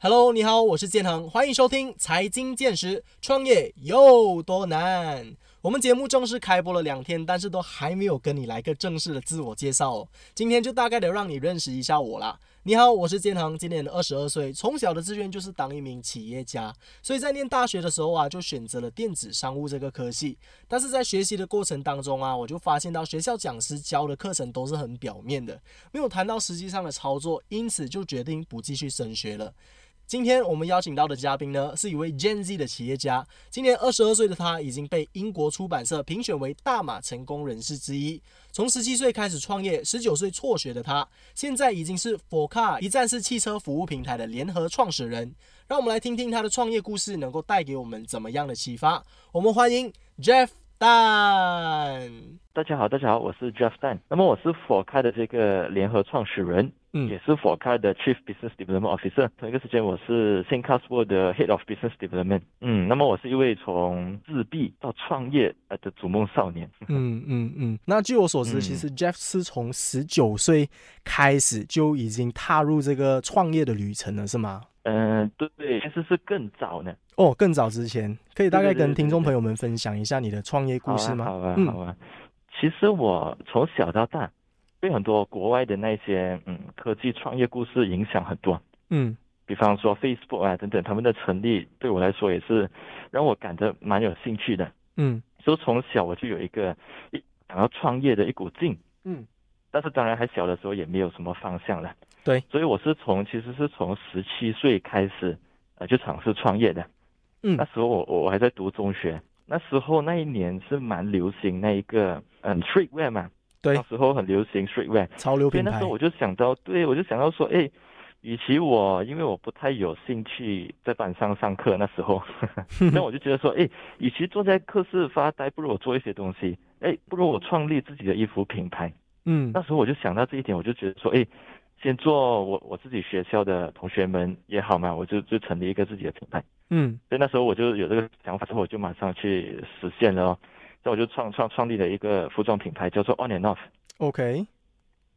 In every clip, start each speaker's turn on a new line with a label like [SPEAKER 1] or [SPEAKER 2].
[SPEAKER 1] Hello，你好，我是建恒，欢迎收听《财经见识》，创业有多难？我们节目正式开播了两天，但是都还没有跟你来个正式的自我介绍哦。今天就大概的让你认识一下我啦。你好，我是建恒，今年二十二岁，从小的志愿就是当一名企业家，所以在念大学的时候啊，就选择了电子商务这个科系。但是在学习的过程当中啊，我就发现到学校讲师教的课程都是很表面的，没有谈到实际上的操作，因此就决定不继续升学了。今天我们邀请到的嘉宾呢，是一位 Gen Z 的企业家。今年二十二岁的他，已经被英国出版社评选为大马成功人士之一。从十七岁开始创业，十九岁辍学的他，现在已经是 For Car 一站式汽车服务平台的联合创始人。让我们来听听他的创业故事，能够带给我们怎么样的启发。我们欢迎 Jeff 蛋。
[SPEAKER 2] 大家好，大家好，我是 Jeff Tan。那么我是 Forcar 的这个联合创始人，
[SPEAKER 1] 嗯
[SPEAKER 2] 也是 Forcar 的 Chief Business Development Officer。同一个时间，我是 s i n c a s w o r d 的 Head of Business Development。嗯，那么我是一位从自闭到创业呃的逐梦少年。
[SPEAKER 1] 嗯嗯嗯，那据我所知，
[SPEAKER 2] 嗯
[SPEAKER 1] 其实 Jeff 是从十九岁开始就已经踏入这个创业的旅程了，是吗？
[SPEAKER 2] 嗯、对，其实是更早呢。
[SPEAKER 1] 哦，更早之前，可以大概
[SPEAKER 2] 对对对
[SPEAKER 1] 跟
[SPEAKER 2] 对
[SPEAKER 1] 听众
[SPEAKER 2] 对对
[SPEAKER 1] 朋友们分享一下你的创业故事吗？
[SPEAKER 2] 好啊，好
[SPEAKER 1] 嗯
[SPEAKER 2] 啊，好啊。其实我从小到大被很多国外的那些嗯科技创业故事影响很多。
[SPEAKER 1] 嗯
[SPEAKER 2] 比方说 Facebook 啊等等，他们的成立对我来说也是让我感觉蛮有兴趣的。
[SPEAKER 1] 嗯
[SPEAKER 2] 所以从小我就有一个一想要创业的一股劲，
[SPEAKER 1] 嗯
[SPEAKER 2] 但是当然还小的时候也没有什么方向了。
[SPEAKER 1] 对，
[SPEAKER 2] 所以我是从其实是从十七岁开始，呃，就尝试创业的。
[SPEAKER 1] 嗯
[SPEAKER 2] 那时候我我还在读中学，那时候那一年是蛮流行那一个嗯 streetwear 嘛，
[SPEAKER 1] 对
[SPEAKER 2] 那时候很流行 streetwear，
[SPEAKER 1] 潮流
[SPEAKER 2] 所
[SPEAKER 1] 品
[SPEAKER 2] 以那
[SPEAKER 1] 牌
[SPEAKER 2] 时候，我就想到，对我就想到说，哎，与其我因为我不太有兴趣在班上上课，那时候， 那我就觉得说，哎，与其坐在课室发呆，不如我做一些东西，哎，不如我创立自己的衣服品牌。
[SPEAKER 1] 嗯
[SPEAKER 2] 那时候我就想到这一点，我就觉得说，哎，先做我我自己学校的同学们也好嘛，我就就成立一个自己的品牌。
[SPEAKER 1] 嗯
[SPEAKER 2] 所以那时候我就有这个想法之后，我就马上去实现了、哦，所以我就创创创立了一个服装品牌，叫做 On and Off。
[SPEAKER 1] ，OK，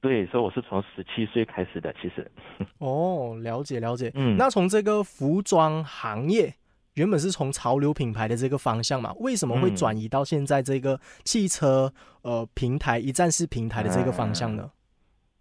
[SPEAKER 2] 对，所以我是从十七岁开始的，其实。
[SPEAKER 1] 哦，了解了解。
[SPEAKER 2] 嗯
[SPEAKER 1] 那从这个服装行业，原本是从潮流品牌的这个方向嘛，为什么会
[SPEAKER 2] 嗯
[SPEAKER 1] 转移到现在这个汽车呃平台一站式平台的这个方向呢？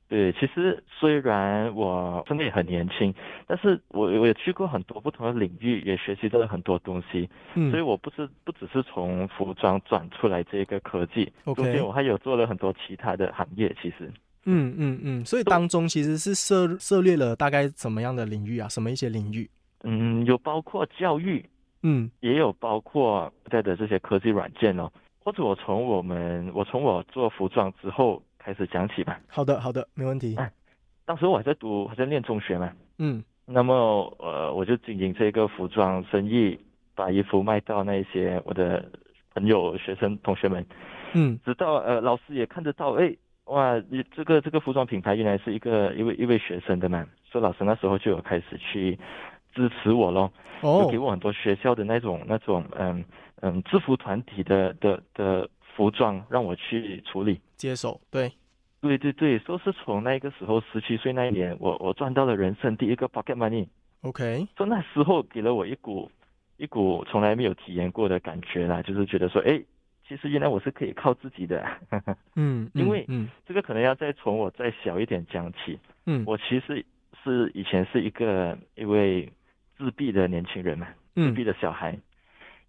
[SPEAKER 2] 对，其实虽然我真的也很年轻，但是我我也去过很多不同的领域，也学习到了很多东西，所以
[SPEAKER 1] 嗯
[SPEAKER 2] 我不是不只是从服装转出来这个科技，
[SPEAKER 1] OK
[SPEAKER 2] 中间我还有做了很多其他的行业。其实，
[SPEAKER 1] 嗯嗯嗯，所以当中其实是涉涉猎了大概怎么样的领域啊？什么一些领域？
[SPEAKER 2] 嗯，有包括教育，
[SPEAKER 1] 嗯
[SPEAKER 2] 也有包括现在的这些科技软件哦。或者我从我们我从我做服装之后开始讲起吧。
[SPEAKER 1] 好的，好的，没问题。
[SPEAKER 2] 哎当时我还在读还在念中学嘛，
[SPEAKER 1] 嗯
[SPEAKER 2] 那么呃，我就经营这个服装生意，把衣服卖到那些我的朋友、学生、同学们，
[SPEAKER 1] 嗯
[SPEAKER 2] 直到呃老师也看得到，哎，哇，你这个这个服装品牌原来是一个一位一位学生的嘛，所以老师那时候就有开始去支持我咯，
[SPEAKER 1] 哦
[SPEAKER 2] 就给我很多学校的那种那种嗯嗯制服团体的的的服装让我去处理。
[SPEAKER 1] 接手对，
[SPEAKER 2] 对对对，说是从那个时候十七岁那一年，我我赚到了人生第一个 pocket money。
[SPEAKER 1] OK，
[SPEAKER 2] 说那时候给了我一股一股从来没有体验过的感觉啦，就是觉得说，哎，其实原来我是可以靠自己的。
[SPEAKER 1] 嗯，
[SPEAKER 2] 因为
[SPEAKER 1] 嗯
[SPEAKER 2] 这个可能要再从我再小一点讲起。
[SPEAKER 1] 嗯
[SPEAKER 2] 我其实是以前是一个一位自闭的年轻人嘛，自闭
[SPEAKER 1] 嗯
[SPEAKER 2] 的小孩。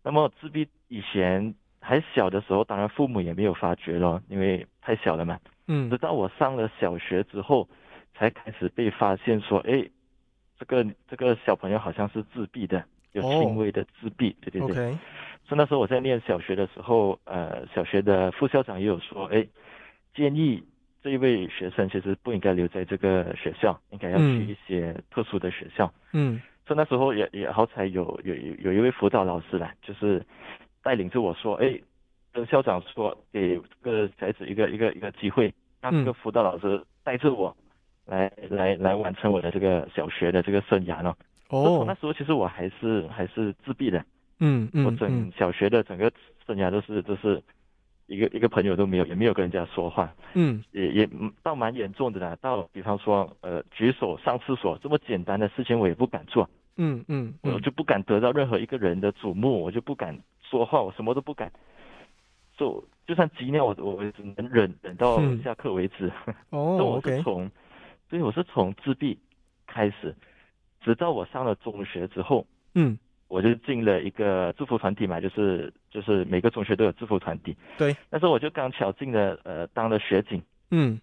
[SPEAKER 2] 那么自闭以前还小的时候，当然父母也没有发觉咯，因为太小了嘛。直
[SPEAKER 1] 嗯
[SPEAKER 2] 到我上了小学之后，才开始被发现说，哎，这个这个小朋友好像是自闭的，有
[SPEAKER 1] 哦
[SPEAKER 2] 轻微的自闭，对对对。
[SPEAKER 1] ，OK，
[SPEAKER 2] 所以那时候我在念小学的时候，呃，小学的副校长也有说，哎，建议这一位学生其实不应该留在这个学校，应该要去
[SPEAKER 1] 嗯
[SPEAKER 2] 一些特殊的学校。
[SPEAKER 1] 嗯
[SPEAKER 2] 所以那时候也也好彩有有有有一位辅导老师啦，就是带领着我说，哎，跟校长说给这个小孩子一个一个一个机会，让这个
[SPEAKER 1] 嗯
[SPEAKER 2] 辅导老师带着我来来来完成我的这个小学的这个生涯呢。所以从那
[SPEAKER 1] 哦，
[SPEAKER 2] 时候其实我还是还是自闭的，
[SPEAKER 1] 嗯
[SPEAKER 2] 我
[SPEAKER 1] 嗯
[SPEAKER 2] 整
[SPEAKER 1] 嗯
[SPEAKER 2] 小学的整个生涯都是都是一个一个朋友都没有，也没有跟人家说话，
[SPEAKER 1] 嗯
[SPEAKER 2] 也也嗯倒蛮严重的啦。到比方说，呃，举手上厕所这么简单的事情，我也不敢做，
[SPEAKER 1] 嗯嗯
[SPEAKER 2] 我
[SPEAKER 1] 嗯
[SPEAKER 2] 就不敢得到任何一个人的瞩目，我就不敢说话，我什么都不敢。就就算急尿，我我我只能忍忍到
[SPEAKER 1] 嗯
[SPEAKER 2] 下课为止。 那
[SPEAKER 1] 哦
[SPEAKER 2] 我是
[SPEAKER 1] ，OK，
[SPEAKER 2] 从，对，我是从自闭开始，直到我上了中学之后，
[SPEAKER 1] 嗯
[SPEAKER 2] 我就进了一个制服团体嘛，就是就是每个中学都有制服团体。
[SPEAKER 1] 对。
[SPEAKER 2] 那时候我就刚巧进了呃当了学警，
[SPEAKER 1] 嗯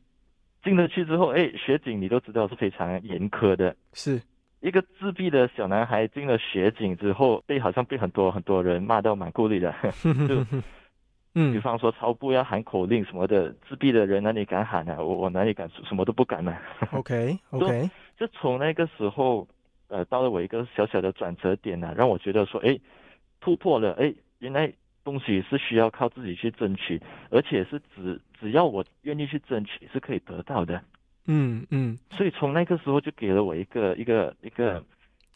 [SPEAKER 2] 进了去之后，哎，学警你都知道是非常严苛的。
[SPEAKER 1] 是
[SPEAKER 2] 一个自闭的小男孩进了学警之后，被好像被很多很多人骂到蛮够力的，就比
[SPEAKER 1] 嗯
[SPEAKER 2] 方说超步要喊口令什么的，自闭的人哪里敢喊啊？我我哪里敢，什么都不敢呢、啊
[SPEAKER 1] OK OK
[SPEAKER 2] 就从那个时候，呃，到了我一个小小的转折点呢、让我觉得说，哎，突破了，哎，原来东西是需要靠自己去争取，而且是只只要我愿意去争取是可以得到的。
[SPEAKER 1] 嗯嗯
[SPEAKER 2] 所以从那个时候就给了我一个一个一个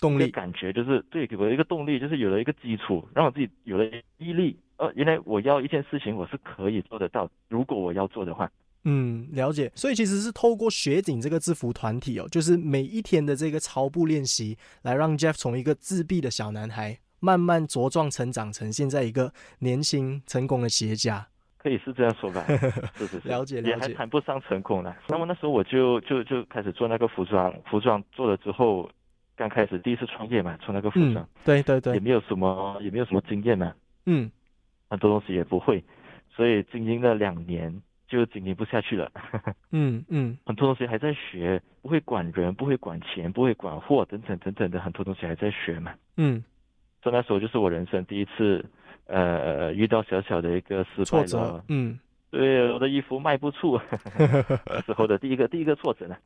[SPEAKER 1] 动
[SPEAKER 2] 一个
[SPEAKER 1] 力
[SPEAKER 2] 感觉，就是对给我一个动力，就是有了一个基础，让我自己有了毅力。呃，原来我要一件事情，我是可以做得到，如果我要做的话。
[SPEAKER 1] 嗯了解，所以其实是透过学警这个制服团体哦，就是每一天的这个操步练习，来让 Jeff 从一个自闭的小男孩慢慢茁壮成长成现在一个年轻成功的企业家。
[SPEAKER 2] 可以是这样 说吧，是是是，
[SPEAKER 1] 了解了解
[SPEAKER 2] 也还谈不上成功了。那么那时候我就就就开始做那个服装，服装做了之后，刚开始第一次创业嘛，做那个服
[SPEAKER 1] 嗯
[SPEAKER 2] 装，，
[SPEAKER 1] 对对
[SPEAKER 2] 也
[SPEAKER 1] 对，
[SPEAKER 2] 没有什么也没有什么经验嘛，
[SPEAKER 1] 嗯
[SPEAKER 2] 很多东西也不会，所以经营了两年就经营不下去了，
[SPEAKER 1] 嗯嗯
[SPEAKER 2] 很多东西还在学，不会管人，不会管钱，不会管货等等等等的很多东西还在学嘛。
[SPEAKER 1] 嗯，
[SPEAKER 2] 所以那时候就是我人生第一次，呃，遇到小小的一个失败
[SPEAKER 1] 挫
[SPEAKER 2] 了
[SPEAKER 1] 折，，嗯
[SPEAKER 2] 对，我的衣服卖 不出，那时候的第一个第一个挫折呢。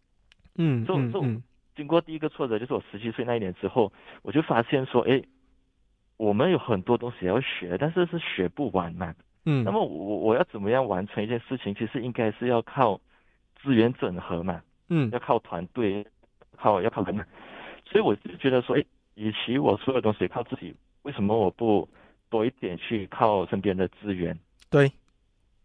[SPEAKER 1] 嗯
[SPEAKER 2] 这
[SPEAKER 1] 嗯
[SPEAKER 2] 这
[SPEAKER 1] 嗯
[SPEAKER 2] 经过第一个挫折，就是我十七岁那一年之后，我就发现说，哎，我们有很多东西要学，但是是学不完嘛。
[SPEAKER 1] 嗯，
[SPEAKER 2] 那么我我要怎么样完成一件事情？其实应该是要靠资源整合嘛，
[SPEAKER 1] 嗯
[SPEAKER 2] 要靠团队，靠要靠人嘛。啊所以我就觉得说，哎，与其我所有东西靠自己，为什么我不多一点去靠身边的资源？
[SPEAKER 1] 对，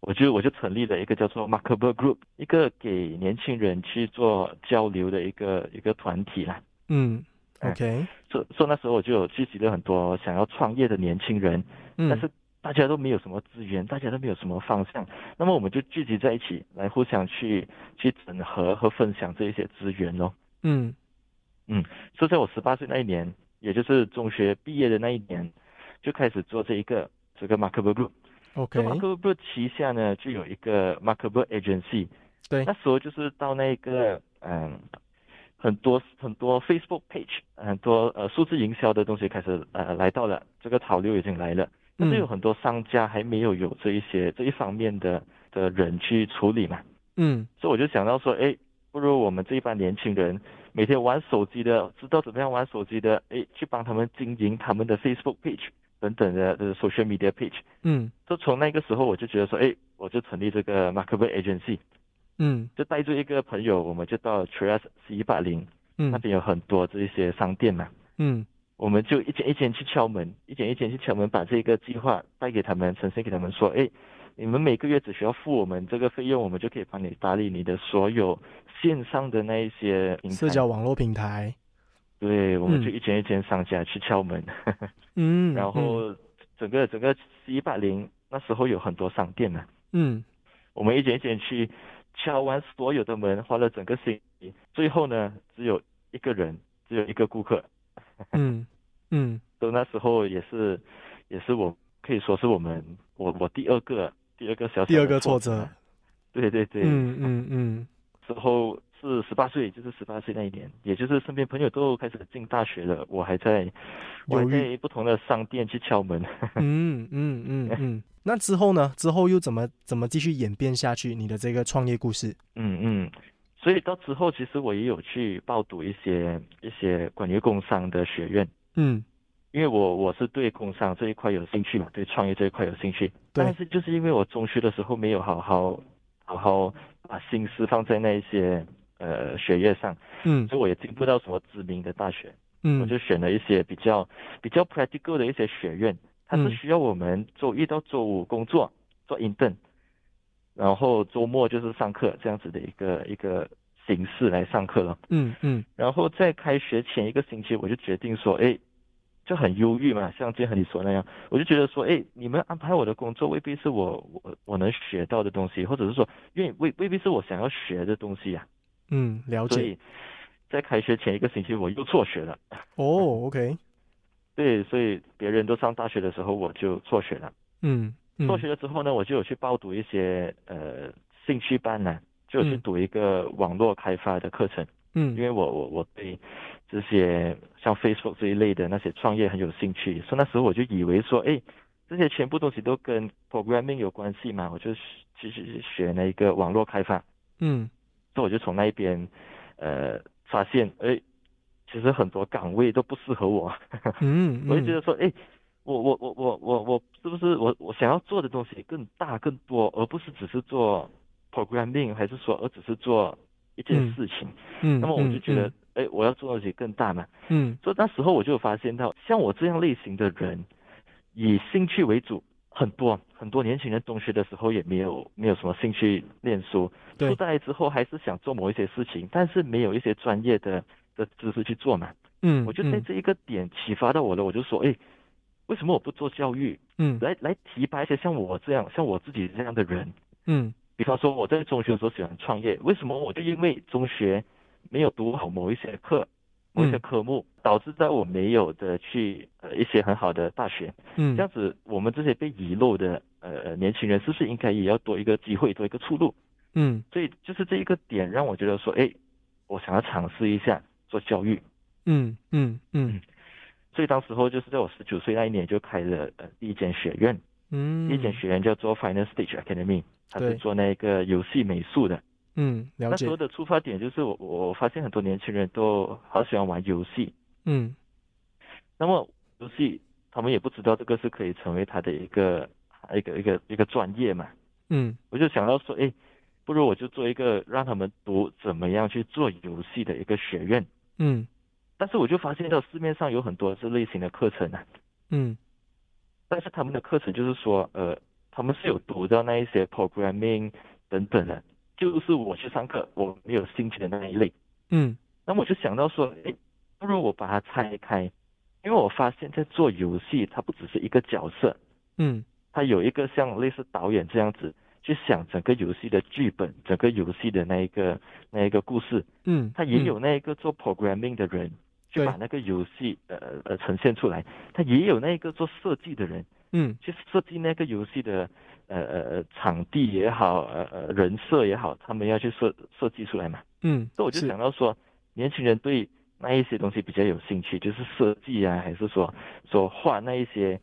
[SPEAKER 2] 我就我就成立了一个叫做 Markable Group，一个给年轻人去做交流的一个一个团体啦。
[SPEAKER 1] 嗯
[SPEAKER 2] 哎
[SPEAKER 1] ，OK，
[SPEAKER 2] 所所以那时候我就有聚集了很多想要创业的年轻人，
[SPEAKER 1] 嗯，
[SPEAKER 2] 但是大家都没有什么资源，大家都没有什么方向，那么我们就聚集在一起，来互相去去整合和分享这一些资源咯。
[SPEAKER 1] 嗯
[SPEAKER 2] 所以在我十八岁那一年，也就是中学毕业的那一年，就开始做这一个这个 Markable Group。
[SPEAKER 1] ，OK，
[SPEAKER 2] 那 Markable Group 旗下呢就有一个 Markable Agency，
[SPEAKER 1] 对
[SPEAKER 2] 那时候就是到那个嗯。很多很多 Facebook page，很多呃数字营销的东西开始呃来到了，这个潮流已经来了，但是有
[SPEAKER 1] 嗯
[SPEAKER 2] 很多商家还没有有这一些这一方面的的人去处理嘛，
[SPEAKER 1] 嗯
[SPEAKER 2] 所以我就想到说，哎，不如我们这一帮年轻人每天玩手机的，知道怎么样玩手机的，哎，去帮他们经营他们的 Facebook page 等等的的 social media page。
[SPEAKER 1] 嗯
[SPEAKER 2] 就从那个时候我就觉得说，哎，我就成立这个 Markable Agency，
[SPEAKER 1] 嗯
[SPEAKER 2] 就带着一个朋友，我们就到 Trias 四一八零那
[SPEAKER 1] 嗯
[SPEAKER 2] 边有很多这一些商店嘛，
[SPEAKER 1] 嗯
[SPEAKER 2] 我们就一间一间去敲门，一间一间去敲门，把这个计划带给他们，呈现给他们说，哎，你们每个月只需要付我们这个费用，我们就可以帮你打理你的所有线上的那一些平台。
[SPEAKER 1] 社交网络平台，
[SPEAKER 2] 对，我们
[SPEAKER 1] 嗯
[SPEAKER 2] 就一间一间商家去敲门，
[SPEAKER 1] 嗯，
[SPEAKER 2] 然后整个整个一八零那时候有很多商店呢、啊
[SPEAKER 1] 嗯
[SPEAKER 2] 我们一间一间去敲完所有的门，花了整个星期，最后呢，只有一个人，只有一个顾客，
[SPEAKER 1] 嗯嗯
[SPEAKER 2] 都那时候也是，也是我可以说是我们我我第二个第二个小小的
[SPEAKER 1] 第二个挫
[SPEAKER 2] 折
[SPEAKER 1] 折，
[SPEAKER 2] 对对对，
[SPEAKER 1] 嗯嗯嗯
[SPEAKER 2] 之后是十八岁，就是十八岁那一年，也就是身边朋友都开始进大学了，我还在我还
[SPEAKER 1] 犹豫
[SPEAKER 2] 在不同的商店去敲门，
[SPEAKER 1] 嗯嗯嗯嗯，那之后呢？之后又怎么怎么继续演变下去？你的这个创业故事，
[SPEAKER 2] 嗯嗯。所以到之后，其实我也有去报读一些一些关于工商的学院，
[SPEAKER 1] 嗯
[SPEAKER 2] 因为我我是对工商这一块有兴趣嘛，对创业这一块有兴趣。
[SPEAKER 1] 对
[SPEAKER 2] 但是就是因为我中学的时候没有好好好好把心思放在那一些呃学业上，
[SPEAKER 1] 嗯
[SPEAKER 2] 所以我也进不到什么知名的大学，我
[SPEAKER 1] 嗯
[SPEAKER 2] 就选了一些比较比较 practical 的一些学院，它是
[SPEAKER 1] 嗯
[SPEAKER 2] 需要我们周一到周五工作，做 intern，然后周末就是上课这样子的一个一个形式来上课了。
[SPEAKER 1] 嗯嗯
[SPEAKER 2] 然后在开学前一个星期，我就决定说，哎，就很忧郁嘛，像建和你说那样，我就觉得说，哎，你们安排我的工作未必是我我我能学到的东西，或者是说，因为未未必是我想要学的东西呀、
[SPEAKER 1] 嗯，了
[SPEAKER 2] 所
[SPEAKER 1] 解。
[SPEAKER 2] 以在开学前一个星期，我又辍学了。
[SPEAKER 1] 哦，OK，
[SPEAKER 2] 对，所以别人都上大学的时候，我就辍学了。
[SPEAKER 1] 嗯嗯
[SPEAKER 2] 辍学了之后呢，我就有去报读一些呃兴趣班呢、就有去
[SPEAKER 1] 嗯
[SPEAKER 2] 读一个网络开发的课程，
[SPEAKER 1] 嗯
[SPEAKER 2] 因为我我我对这些像 Facebook 这一类的那些创业很有兴趣，所以那时候我就以为说，哎，这些全部东西都跟 programming 有关系嘛，我就去去学那个网络开发，
[SPEAKER 1] 嗯
[SPEAKER 2] 所以我就从那一边呃发现，哎，其实很多岗位都不适合我。
[SPEAKER 1] 嗯，
[SPEAKER 2] 我就觉
[SPEAKER 1] 得
[SPEAKER 2] 得说，哎，我我我我我我是不是我我想要做的东西更大更多，而不是只是做 programming，还是说而只是做一件
[SPEAKER 1] 嗯
[SPEAKER 2] 事情？
[SPEAKER 1] 嗯，
[SPEAKER 2] 那么我就觉得
[SPEAKER 1] 嗯，
[SPEAKER 2] 哎、我要做的东西更大嘛。
[SPEAKER 1] 嗯
[SPEAKER 2] 所以那时候我就有发现到，像我这样类型的人，以兴趣为主。很多很多年轻人中学的时候也没有没有什么兴趣念书，
[SPEAKER 1] 对
[SPEAKER 2] 出来之后还是想做某一些事情，但是没有一些专业的的知识去做嘛。
[SPEAKER 1] 嗯，
[SPEAKER 2] 我就在这一个点启发到我了，我就说，哎，为什么我不做教育，
[SPEAKER 1] 嗯
[SPEAKER 2] 来来提拔一些像我这样、像我自己这样的人？
[SPEAKER 1] 嗯
[SPEAKER 2] 比方说我在中学的时候喜欢创业，为什么我就因为中学没有读好某一些课、某一些
[SPEAKER 1] 嗯
[SPEAKER 2] 科目，导致在我没有的去呃一些很好的大学？
[SPEAKER 1] 嗯
[SPEAKER 2] 这样子，我们这些被遗漏的呃呃年轻人，是不是应该也要多一个机会、多一个出路？
[SPEAKER 1] 嗯
[SPEAKER 2] 所以就是这一个点让我觉得说，哎，我想要尝试一下做教育。
[SPEAKER 1] 嗯嗯嗯
[SPEAKER 2] 所以当时候就是在我十九岁那一年就开了呃第一间学院，
[SPEAKER 1] 嗯，
[SPEAKER 2] 第一间学院叫做 Finance Stage Academy，它
[SPEAKER 1] 对
[SPEAKER 2] 是做那个游戏美术的。
[SPEAKER 1] 嗯了
[SPEAKER 2] 那
[SPEAKER 1] 解
[SPEAKER 2] 时候，的出发点就是我我我发现很多年轻人都好喜欢玩游戏，
[SPEAKER 1] 嗯
[SPEAKER 2] 那么游戏他们也不知道这个是可以成为他的一个一个一个一个专业嘛。
[SPEAKER 1] 嗯
[SPEAKER 2] 我就想到说，哎，不如我就做一个让他们读怎么样去做游戏的一个学院。
[SPEAKER 1] 嗯
[SPEAKER 2] 但是我就发现到市面上有很多这类型的课程啊，
[SPEAKER 1] 嗯
[SPEAKER 2] 但是他们的课程就是说，呃，他们是有读到那一些 programming 等等的，就是我去上课我没有兴趣的那一类。
[SPEAKER 1] 嗯
[SPEAKER 2] 那么我就想到说，诶，不如我把它拆开，因为我发现在做游戏，它不只是一个角色，
[SPEAKER 1] 嗯
[SPEAKER 2] 它有一个像类似导演这样子去想整个游戏的剧本，整个游戏的那一个那一个故事，
[SPEAKER 1] 嗯，
[SPEAKER 2] 它也有那一个做 programming 的人。去
[SPEAKER 1] 对
[SPEAKER 2] 把那个游戏呃呃呃呈现出来，它也有那一个做设计的人，
[SPEAKER 1] 嗯
[SPEAKER 2] 去设计那个游戏的呃呃呃场地也好，呃呃人设也好，他们要去设设计出来嘛。
[SPEAKER 1] 嗯，
[SPEAKER 2] 所以我就想到说，年轻人对那一些东西比较有兴趣，就是设计啊，还是说说画那一些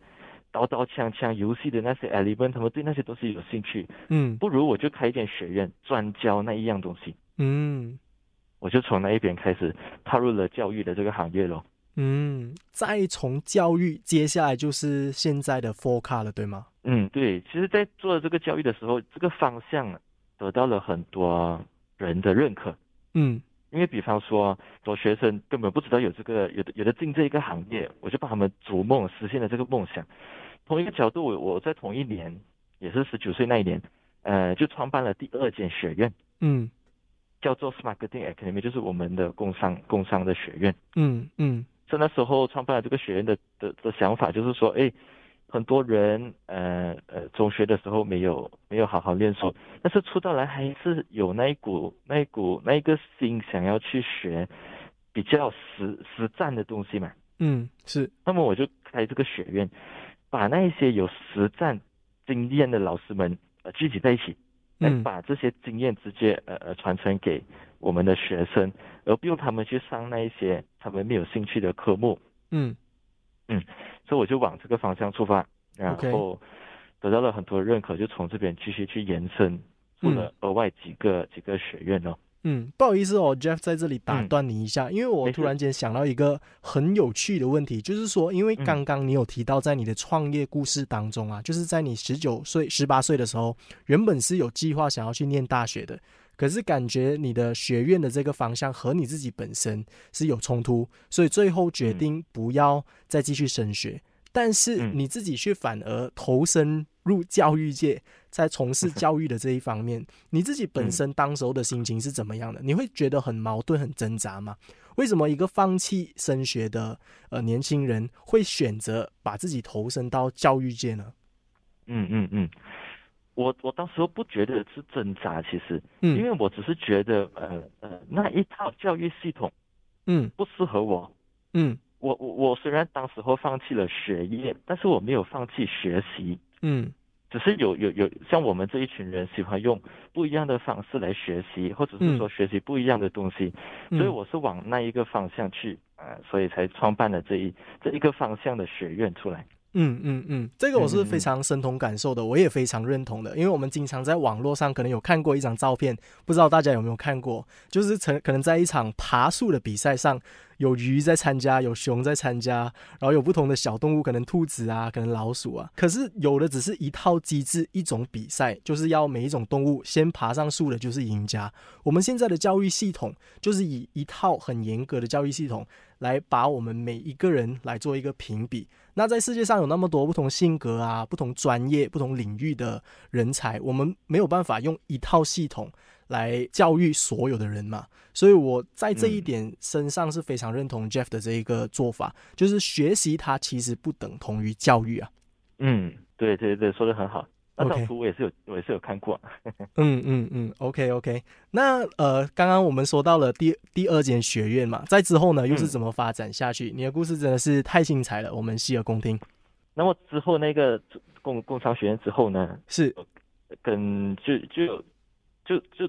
[SPEAKER 2] 刀刀枪枪游戏的那些 element，他们对那些东西有兴趣，
[SPEAKER 1] 嗯
[SPEAKER 2] 不如我就开一间学院专教那一样东西。
[SPEAKER 1] 嗯。
[SPEAKER 2] 我就从那一边开始踏入了教育的这个行业咯。
[SPEAKER 1] 嗯，再从教育，接下来就是现在的 f o r c a 了，对吗？
[SPEAKER 2] 嗯，对，其实，在做这个教育的时候，这个方向得到了很多人的认可。
[SPEAKER 1] 嗯
[SPEAKER 2] 因为比方说，说学生根本不知道有这个有的有的进这一个行业，我就帮他们逐梦实现了这个梦想。同一个角度，我我在同一年，也是十九岁那一年，呃，就创办了第二间学院，
[SPEAKER 1] 嗯
[SPEAKER 2] 叫做 Marketing Academy，就是我们的工商工商的学院。
[SPEAKER 1] 嗯嗯
[SPEAKER 2] 所以那时候创办了这个学院的的的想法就是说，哎，很多人呃呃中学的时候没有没有好好念书，但是出到来还是有那一股那一股那一个心想要去学比较实实战的东西嘛。
[SPEAKER 1] 嗯，是，
[SPEAKER 2] 那么我就开这个学院，把那一些有实战经验的老师们呃聚集在一起，来
[SPEAKER 1] 嗯
[SPEAKER 2] 把这些经验直接呃呃传承给我们的学生，而不用他们去上那一些他们没有兴趣的科目。
[SPEAKER 1] 嗯
[SPEAKER 2] 所以我就往这个方向出发，然
[SPEAKER 1] OK
[SPEAKER 2] 后得到了很多认可，就从这边继续去延伸，出了额外几个、几个学院哦。
[SPEAKER 1] 嗯，不好意思哦，Jeff 在这里打
[SPEAKER 2] 嗯
[SPEAKER 1] 断你一下，因为我
[SPEAKER 2] 没事
[SPEAKER 1] 突然间想到一个很有趣的问题，就是说，因为
[SPEAKER 2] 嗯
[SPEAKER 1] 刚刚你有提到在你的创业故事当中啊，就是在你十九岁、十八岁的时候，原本是有计划想要去念大学的，可是感觉你的学院的这个方向和你自己本身是有冲突，所以最后决定不要再继续升学。但是
[SPEAKER 2] 嗯
[SPEAKER 1] 你自己却反而投身入教育界，在从事教育的这一方 面，你自己本
[SPEAKER 2] 嗯
[SPEAKER 1] 身当时候的心情是怎么样的？你会觉得很矛盾、很挣扎吗？为什么一个放弃升学的呃年轻人会选择把自己投身到教育界呢？
[SPEAKER 2] 嗯嗯嗯，我我当时候不觉得是挣扎，其实，
[SPEAKER 1] 嗯，
[SPEAKER 2] 因为我只是觉得，呃呃，那一套教育系统
[SPEAKER 1] 嗯
[SPEAKER 2] 不适合我。
[SPEAKER 1] 嗯
[SPEAKER 2] 我我我虽然当时候放弃了学业，但是我没有放弃学习，
[SPEAKER 1] 嗯
[SPEAKER 2] 只是有有有像我们这一群人喜欢用不一样的方式来学习，或者
[SPEAKER 1] 嗯
[SPEAKER 2] 是说学习不一样的东西，
[SPEAKER 1] 嗯，
[SPEAKER 2] 所以我是往那一个方向去啊、呃所以才创办了这一这一个方向的学院出来。
[SPEAKER 1] 嗯嗯嗯，这个我是
[SPEAKER 2] 嗯嗯
[SPEAKER 1] 非
[SPEAKER 2] 嗯
[SPEAKER 1] 常深同感受的，我也非常认同的，因为我们经常在网络上可能有看过一张照片，不知道大家有没有看过，就是曾可能在一场爬树的比赛上，有鱼在参加，有熊在参加，然后有不同的小动物，可能兔子啊，可能老鼠啊，可是有的只是一套机制，一种比赛，就是要每一种动物先爬上树的就是赢家。我们现在的教育系统就是以一套很严格的教育系统来把我们每一个人来做一个评比。那在世界上有那么多不同性格啊、不同专业、不同领域的人才，我们没有办法用一套系统来教育所有的人嘛。所以我在这一点身上是非常认同 Jeff 的这一个做法，就是学习它其实不等同于教育啊。
[SPEAKER 2] 嗯，对对对，说的很好。那
[SPEAKER 1] OK
[SPEAKER 2] 张图我也是有我也是有看过。
[SPEAKER 1] 嗯嗯嗯，OK OK 那。呃，刚刚我们说到了第第二间学院嘛，在之后呢又是
[SPEAKER 2] 嗯
[SPEAKER 1] 怎么发展下去？你的故事真的是太精彩了，我们洗耳恭听。
[SPEAKER 2] 那么之后那个工工商学院之后呢，
[SPEAKER 1] 是，
[SPEAKER 2] 跟就就就就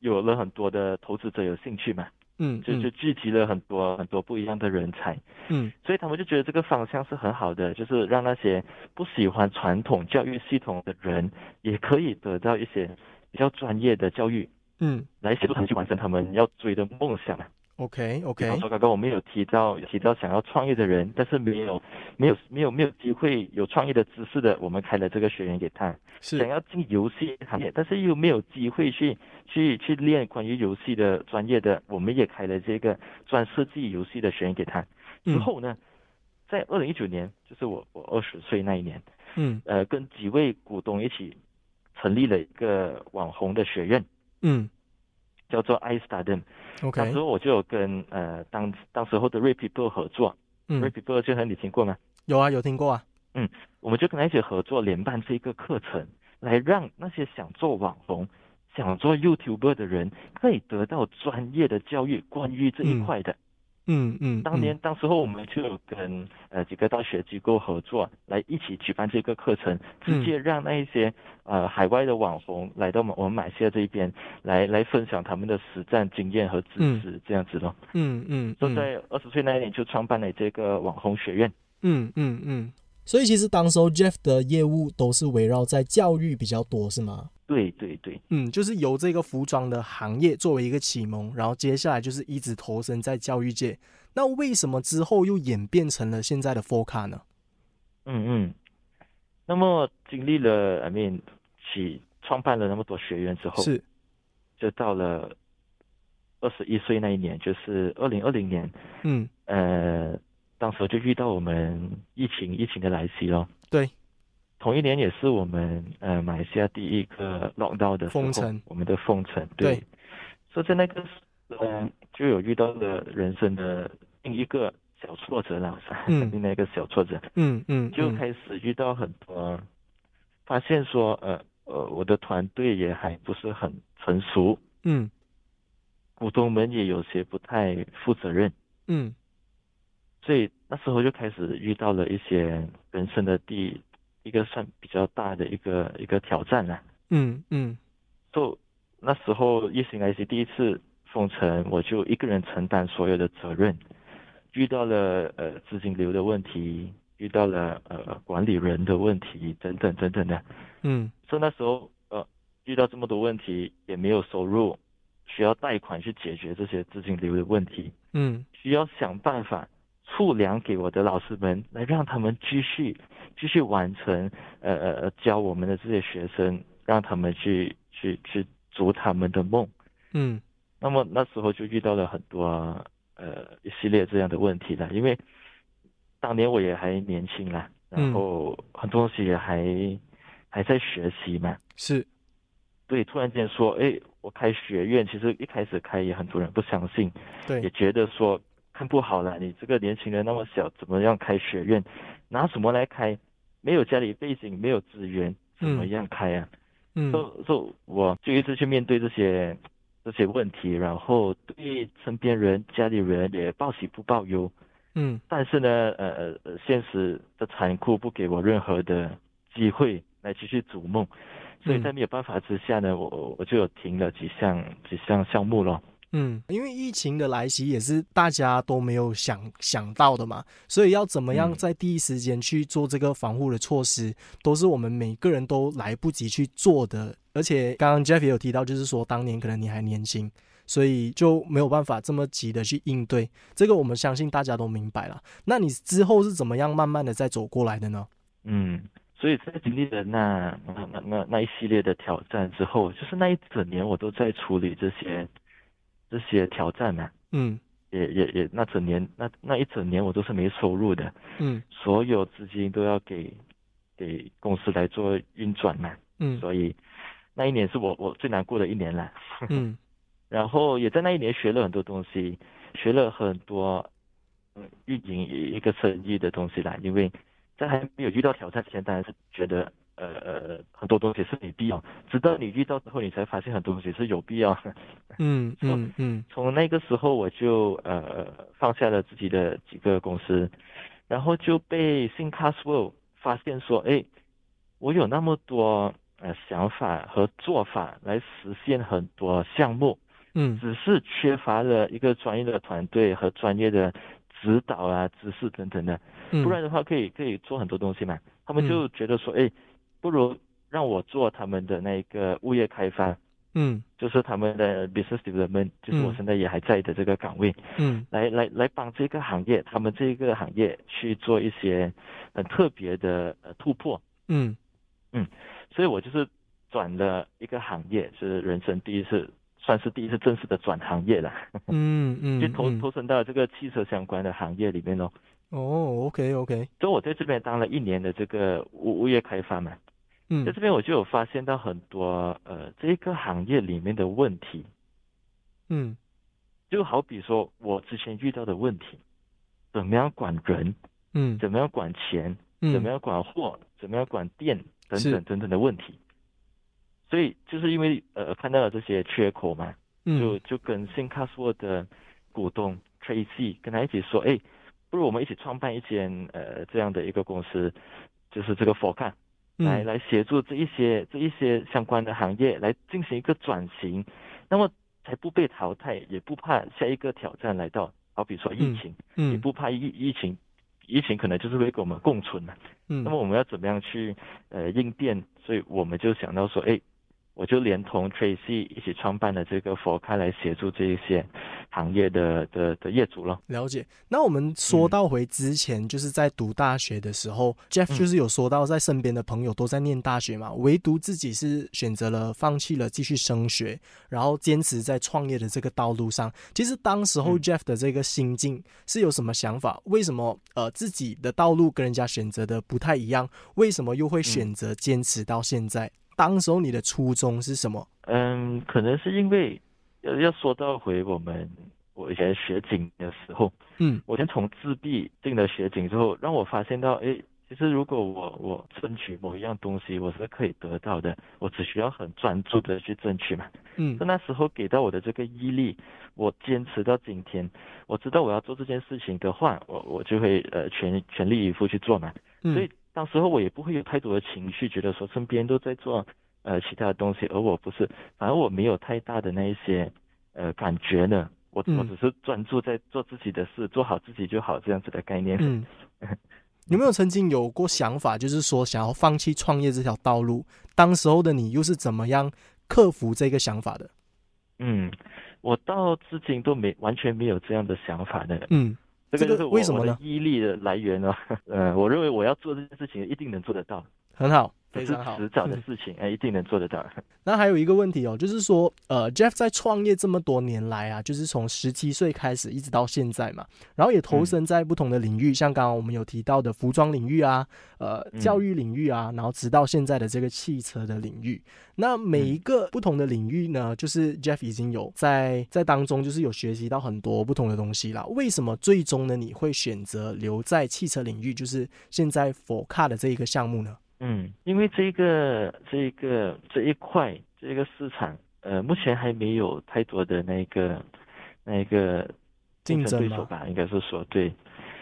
[SPEAKER 2] 有了很多的投资者有兴趣嘛，
[SPEAKER 1] 嗯
[SPEAKER 2] 就就
[SPEAKER 1] 嗯
[SPEAKER 2] 聚集了很多很多不一样的人才，
[SPEAKER 1] 嗯
[SPEAKER 2] 所以他们就觉得这个方向是很好的，就是让那些不喜欢传统教育系统的人也可以得到一些比较专业的教育，
[SPEAKER 1] 嗯
[SPEAKER 2] 来协助他们去完成他们要追的梦想。啊
[SPEAKER 1] ，OK
[SPEAKER 2] 比
[SPEAKER 1] OK。
[SPEAKER 2] 方说，刚刚我们有提到提到想要创业的人，但是没有没有没有没有机会有创业的知识的，我们开了这个学员给他。想
[SPEAKER 1] 是，
[SPEAKER 2] 要进游戏行业，但是又没有机会去去去练关于游戏的专业的，我们也开了这个专设计游戏的学员给他。之
[SPEAKER 1] 嗯
[SPEAKER 2] 后呢，在二零一九年，就是我我二十岁那一年，
[SPEAKER 1] 嗯
[SPEAKER 2] 呃，跟几位股东一起成立了一个网红的学院，
[SPEAKER 1] 嗯
[SPEAKER 2] 叫做 iStardom。当
[SPEAKER 1] ，OK，
[SPEAKER 2] 时候我就有跟呃当当时候的 Ray People 合作、r a y
[SPEAKER 1] 嗯，
[SPEAKER 2] People 就和你听过吗？
[SPEAKER 1] 有啊，有听过啊，
[SPEAKER 2] 我们就跟他一起合作联办这个课程，来让那些想做网红、想做 YouTuber 的人，可以得到专业的教育关于这一块的。
[SPEAKER 1] 嗯嗯，
[SPEAKER 2] 当年当时候我们就有跟呃几个大学机构合作，来一起举办这个课程，直
[SPEAKER 1] 嗯
[SPEAKER 2] 接让那一些呃海外的网红来到我们我们马来西亚这一边，来来分享他们的实战经验和知识，这样子咯。
[SPEAKER 1] 嗯，嗯
[SPEAKER 2] 所
[SPEAKER 1] 嗯
[SPEAKER 2] 以
[SPEAKER 1] 嗯
[SPEAKER 2] 在二十岁那一年就创办了这个网红学院。
[SPEAKER 1] 嗯嗯嗯，所以其实当时候 Jeff 的业务都是围绕在教育比较多，是吗？
[SPEAKER 2] 对对对，
[SPEAKER 1] 嗯，就是由这个服装的行业作为一个启蒙，然后接下来就是一直投身在教育界。那为什么之后又演变成了现在的 Foca 呢？
[SPEAKER 2] 嗯嗯，那么经历了 I mean 起创办了那么多学员之后，
[SPEAKER 1] 是，
[SPEAKER 2] 就到了二十一岁那一年，就是二零二零年，
[SPEAKER 1] 嗯，
[SPEAKER 2] 呃，当时就遇到我们疫情疫情的来袭咯。
[SPEAKER 1] 对，
[SPEAKER 2] 同一年也是我们呃马来西亚第一个 lockdown 的时
[SPEAKER 1] 封
[SPEAKER 2] 候
[SPEAKER 1] 城
[SPEAKER 2] 我们的封城，
[SPEAKER 1] 对
[SPEAKER 2] 对，所以在那个时候呃就有遇到了人生的另一个小挫折啦，
[SPEAKER 1] 嗯
[SPEAKER 2] 另外一个小挫折，
[SPEAKER 1] 嗯嗯，
[SPEAKER 2] 就
[SPEAKER 1] 嗯
[SPEAKER 2] 开始遇到很多，呃发现说，呃呃，我的团队也还不是很成熟，
[SPEAKER 1] 嗯
[SPEAKER 2] 股东们也有些不太负责任，
[SPEAKER 1] 嗯
[SPEAKER 2] 所以那时候就开始遇到了一些人生的第一个算比较大的一个一个挑战啦。
[SPEAKER 1] 嗯嗯
[SPEAKER 2] 就那时候疫情来袭，第一次封城，我就一个人承担所有的责任，遇到了呃资金流的问题，遇到了呃管理人的问题等等等等的。
[SPEAKER 1] 嗯
[SPEAKER 2] 所以那时候呃遇到这么多问题，也没有收入，需要贷款去解决这些资金流的问题，
[SPEAKER 1] 嗯
[SPEAKER 2] 需要想办法促粮给我的老师们，来让他们继续继续完成呃呃呃教我们的这些学生，让他们去去去逐他们的梦。
[SPEAKER 1] 嗯
[SPEAKER 2] 那么那时候就遇到了很多呃一系列这样的问题了，因为当年我也还年轻啦，然后很多东西也还还在学习嘛。
[SPEAKER 1] 是，
[SPEAKER 2] 对，突然间说，哎，我开学院，其实一开始开也很多人不相信，也
[SPEAKER 1] 对，
[SPEAKER 2] 觉得说看不好了，你这个年轻人那么小，怎么样开学院？拿什么来开？没有家里背景，没有资源，怎么样开啊？
[SPEAKER 1] 嗯
[SPEAKER 2] 所以所以我就一直去面对这些这些问题，然后对身边人、家里人也报喜不报忧。
[SPEAKER 1] 嗯
[SPEAKER 2] 但是呢，呃呃呃，现实的残酷不给我任何的机会来继续逐梦，所以
[SPEAKER 1] 嗯
[SPEAKER 2] 在没有办法之下呢，我我我就有停了几项几项项目咯。
[SPEAKER 1] 嗯，因为疫情的来袭也是大家都没有想想到的嘛，所以要怎么样
[SPEAKER 2] 嗯
[SPEAKER 1] 在第一时间去做这个防护的措施，都是我们每个人都来不及去做的。而且刚刚 Jeff 也有提到，就是说当年可能你还年轻，所以就没有办法这么急的去应对。这个我们相信大家都明白了。那你之后是怎么样慢慢的再走过来的呢？
[SPEAKER 2] 嗯，所以在经历了那那那那那一系列的挑战之后，就是那一整年我都在处理这些这些挑战嘛、
[SPEAKER 1] 嗯
[SPEAKER 2] 也也也那整年那那一整年我都是没收入的，
[SPEAKER 1] 嗯
[SPEAKER 2] 所有资金都要给给公司来做运转嘛，
[SPEAKER 1] 嗯
[SPEAKER 2] 所以那一年是我我最难过的一年了。
[SPEAKER 1] 嗯
[SPEAKER 2] 然后也在那一年学了很多东西，学了很多嗯运营一个生意的东西啦。因为在还没有遇到挑战之前，当然是觉得呃呃很多东西是没必要，直到你遇到之后，你才发现很多东西是有呃必要。
[SPEAKER 1] 嗯嗯嗯
[SPEAKER 2] 从那个时候我就呃放下了自己的几个公司，然后就被 Think Caswell 发现说，哎，我有那么多呃想法和做法来实现很多项目，
[SPEAKER 1] 嗯
[SPEAKER 2] 只是缺乏了一个专业的团队和专业的指导啊、知识等等的，
[SPEAKER 1] 嗯，
[SPEAKER 2] 不然的话可以可以做很多东西嘛。他们就觉得说，哎，不如让我做他们的那个物业开发，
[SPEAKER 1] 嗯
[SPEAKER 2] 就是他们的 business development，就是我
[SPEAKER 1] 嗯
[SPEAKER 2] 现在也还在的这个岗位，
[SPEAKER 1] 嗯
[SPEAKER 2] 来来来帮这个行业，他们这个行业去做一些很特别的呃突破。
[SPEAKER 1] 嗯
[SPEAKER 2] 所以我就是转了一个行业，是人生第一次，算是第一次正式的转行业了。
[SPEAKER 1] 嗯 嗯，
[SPEAKER 2] 就投投身到这个汽车相关的行业里面咯。
[SPEAKER 1] 哦，OK OK，
[SPEAKER 2] 所以我在这边当了一年的这个物物业开发嘛，
[SPEAKER 1] 嗯
[SPEAKER 2] 在这边我就有发现到很多呃这个行业里面的问题，
[SPEAKER 1] 嗯
[SPEAKER 2] 就好比说我之前遇到的问题，怎么样管人，
[SPEAKER 1] 嗯，
[SPEAKER 2] 怎么样管钱，
[SPEAKER 1] 嗯
[SPEAKER 2] 怎么样管货，怎么样管店等
[SPEAKER 1] 是
[SPEAKER 2] 等等等的问题。所以就是因为呃看到了这些缺口嘛，就
[SPEAKER 1] 嗯
[SPEAKER 2] 就跟新卡索的股东 Tracy 跟他一起说，哎，不如我们一起创办一间呃这样的一个公司，就是这个 f o r c a
[SPEAKER 1] 嗯
[SPEAKER 2] 来来协助这一些这一些相关的行业来进行一个转型，那么才不被淘汰，也不怕下一个挑战来到，好比说疫情，也
[SPEAKER 1] 嗯
[SPEAKER 2] 不怕疫疫情，疫情可能就是会跟我们共存啊嘛。
[SPEAKER 1] 嗯
[SPEAKER 2] 那么我们要怎么样去呃应变？所以我们就想到说，哎，我就连同 Tracy 一起创办了这个佛开来协助这一些行业的的的业主咯。
[SPEAKER 1] 了解。那我们说
[SPEAKER 2] 嗯
[SPEAKER 1] 到回之前，就是在读大学的时候、j e f f
[SPEAKER 2] 嗯
[SPEAKER 1] 就是有说到，在身边的朋友都在念大学嘛，唯独自己是选择了放弃了继续升学，然后坚持在创业的这个道路上。其实当时候
[SPEAKER 2] 嗯
[SPEAKER 1] Jeff 的这个心境是有什么想法？为什么呃自己的道路跟人家选择的不太一样？为什么又
[SPEAKER 2] 嗯
[SPEAKER 1] 会选择坚持到现在？当时候你的初衷是什么？
[SPEAKER 2] 嗯，可能是因为呃要要说到回我们我以前学警的时候，
[SPEAKER 1] 嗯
[SPEAKER 2] 我先从自闭进了学警之后，让我发现到，哎，其实如果我我争取某一样东西，我是可以得到的，我只需要很专注的去争取嘛。
[SPEAKER 1] 嗯
[SPEAKER 2] 在那时候给到我的这个毅力，我坚持到今天，我知道我要做这件事情的话，我我就会呃全全力以赴去做嘛。所以
[SPEAKER 1] 嗯
[SPEAKER 2] 当时候我也不会有太多的情绪，觉得说身边都在做呃其他的东西，而我不是，反而我没有太大的那一些呃感觉呢。我
[SPEAKER 1] 嗯
[SPEAKER 2] 我只是专注在做自己的事，做好自己就好这样子的概念。
[SPEAKER 1] 嗯， 有没有曾经有过想法，就是说想要放弃创业这条道路？当时候的你又是怎么样克服这个想法的？
[SPEAKER 2] 嗯，我到至今都没完全没有这样的想法的。
[SPEAKER 1] 嗯
[SPEAKER 2] 这
[SPEAKER 1] 这
[SPEAKER 2] 个
[SPEAKER 1] 个
[SPEAKER 2] 就是我
[SPEAKER 1] 为什么
[SPEAKER 2] 我的哦
[SPEAKER 1] 呢
[SPEAKER 2] 毅力的来源呢、呃，我认为我要做这件事情一定能做得到，
[SPEAKER 1] 很好，非常好嗯
[SPEAKER 2] 只是迟早的事情，哎，一定能做得到。
[SPEAKER 1] 那还有一个问题哦，就是说，呃，Jeff 在创业这么多年来啊，就是从十七岁开始一直到现在嘛，然后也投
[SPEAKER 2] 嗯
[SPEAKER 1] 身在不同的领域，像刚刚我们有提到的服装领域啊，呃，
[SPEAKER 2] 嗯
[SPEAKER 1] 教育领域啊，然后直到现在的这个汽车的领
[SPEAKER 2] 嗯
[SPEAKER 1] 域。那每一个不同的领域呢，就是 Jeff 已经有在在当中就是有学习到很多不同的东西啦。为什么最终呢你会选择留在汽车领域，就是现在 For Car 的这一个项目呢？
[SPEAKER 2] 嗯，因为这个这个这一块这个市场，呃，目前还没有太多的那个那个
[SPEAKER 1] 竞争
[SPEAKER 2] 对
[SPEAKER 1] 吗
[SPEAKER 2] 手吧，应该是说对。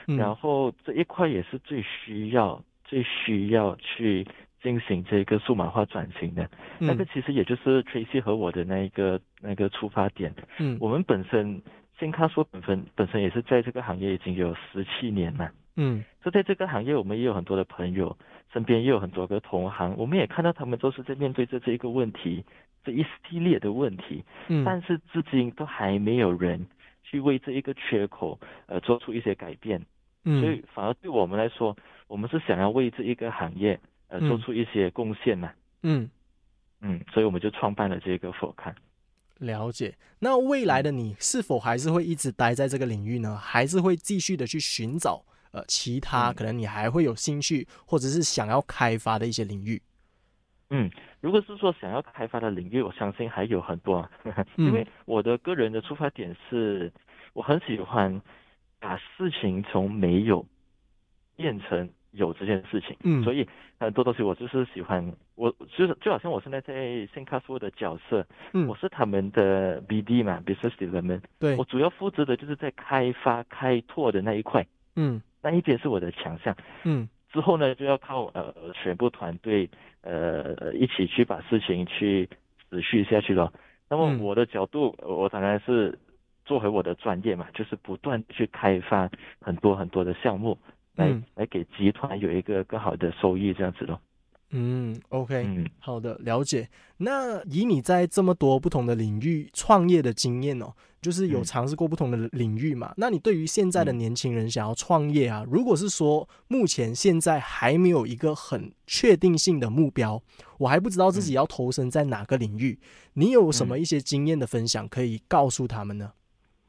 [SPEAKER 1] 嗯
[SPEAKER 2] 然后这一块也是最需要最需要去进行这个数码化转型的。那个
[SPEAKER 1] 嗯
[SPEAKER 2] 其实也就是 Tracy 和我的那一个那个出发点。
[SPEAKER 1] 嗯
[SPEAKER 2] 我们本身新咖说本身本身也是在这个行业已经有十七年了。
[SPEAKER 1] 嗯
[SPEAKER 2] 就在这个行业，我们也有很多的朋友，身边也有很多个同行，我们也看到他们都是在面对着这一个问题，这一系列的问题，
[SPEAKER 1] 嗯，
[SPEAKER 2] 但是至今都还没有人去为这一个缺口，呃，做出一些改变。所
[SPEAKER 1] 嗯
[SPEAKER 2] 以反而对我们来说，我们是想要为这一个行业，呃，
[SPEAKER 1] 嗯
[SPEAKER 2] 做出一些贡献呐、
[SPEAKER 1] 嗯。
[SPEAKER 2] 嗯，所以我们就创办了这个 f o r
[SPEAKER 1] 了解。那未来的
[SPEAKER 2] 嗯
[SPEAKER 1] 你是否还是会一直待在这个领域呢？还是会继续的去寻找呃其他
[SPEAKER 2] 嗯
[SPEAKER 1] 可能你还会有兴趣或者是想要开发的一些领域？
[SPEAKER 2] 如果是说想要开发的领域，我相信还有很多啊，
[SPEAKER 1] 嗯
[SPEAKER 2] 因为我的个人的出发点是，我很喜欢把事情从没有变成有这件事情，
[SPEAKER 1] 嗯
[SPEAKER 2] 所以很多东西我就是喜欢，我就是就好像我现在在新卡说的角色，
[SPEAKER 1] 嗯
[SPEAKER 2] 我是他们的 BD 嘛，business development，
[SPEAKER 1] 对
[SPEAKER 2] 我，主要负责的就是在开发开拓的那一块，
[SPEAKER 1] 嗯
[SPEAKER 2] 那一边是我的强项。
[SPEAKER 1] 嗯
[SPEAKER 2] 之后呢，就要靠呃全部团队呃一起去把事情去持续下去了。那么
[SPEAKER 1] 嗯
[SPEAKER 2] 我的角度，呃我当然是做回我的专业嘛，就是不断去开发很多很多的项目，来、
[SPEAKER 1] 嗯
[SPEAKER 2] 来给集团有一个更好的收益这样子咯。
[SPEAKER 1] 嗯，OK，
[SPEAKER 2] 嗯
[SPEAKER 1] 好的，了解。那以你在这么多不同的领域创业的经验哦，就是有
[SPEAKER 2] 嗯
[SPEAKER 1] 尝试过不同的领域嘛？那你对于现在的
[SPEAKER 2] 嗯
[SPEAKER 1] 年轻人想要创业啊，如果是说目前现在还没有一个很确定性的目标，我还不知道自己要投身在哪个领域，你有什么一些经验的分享可以告诉他们呢？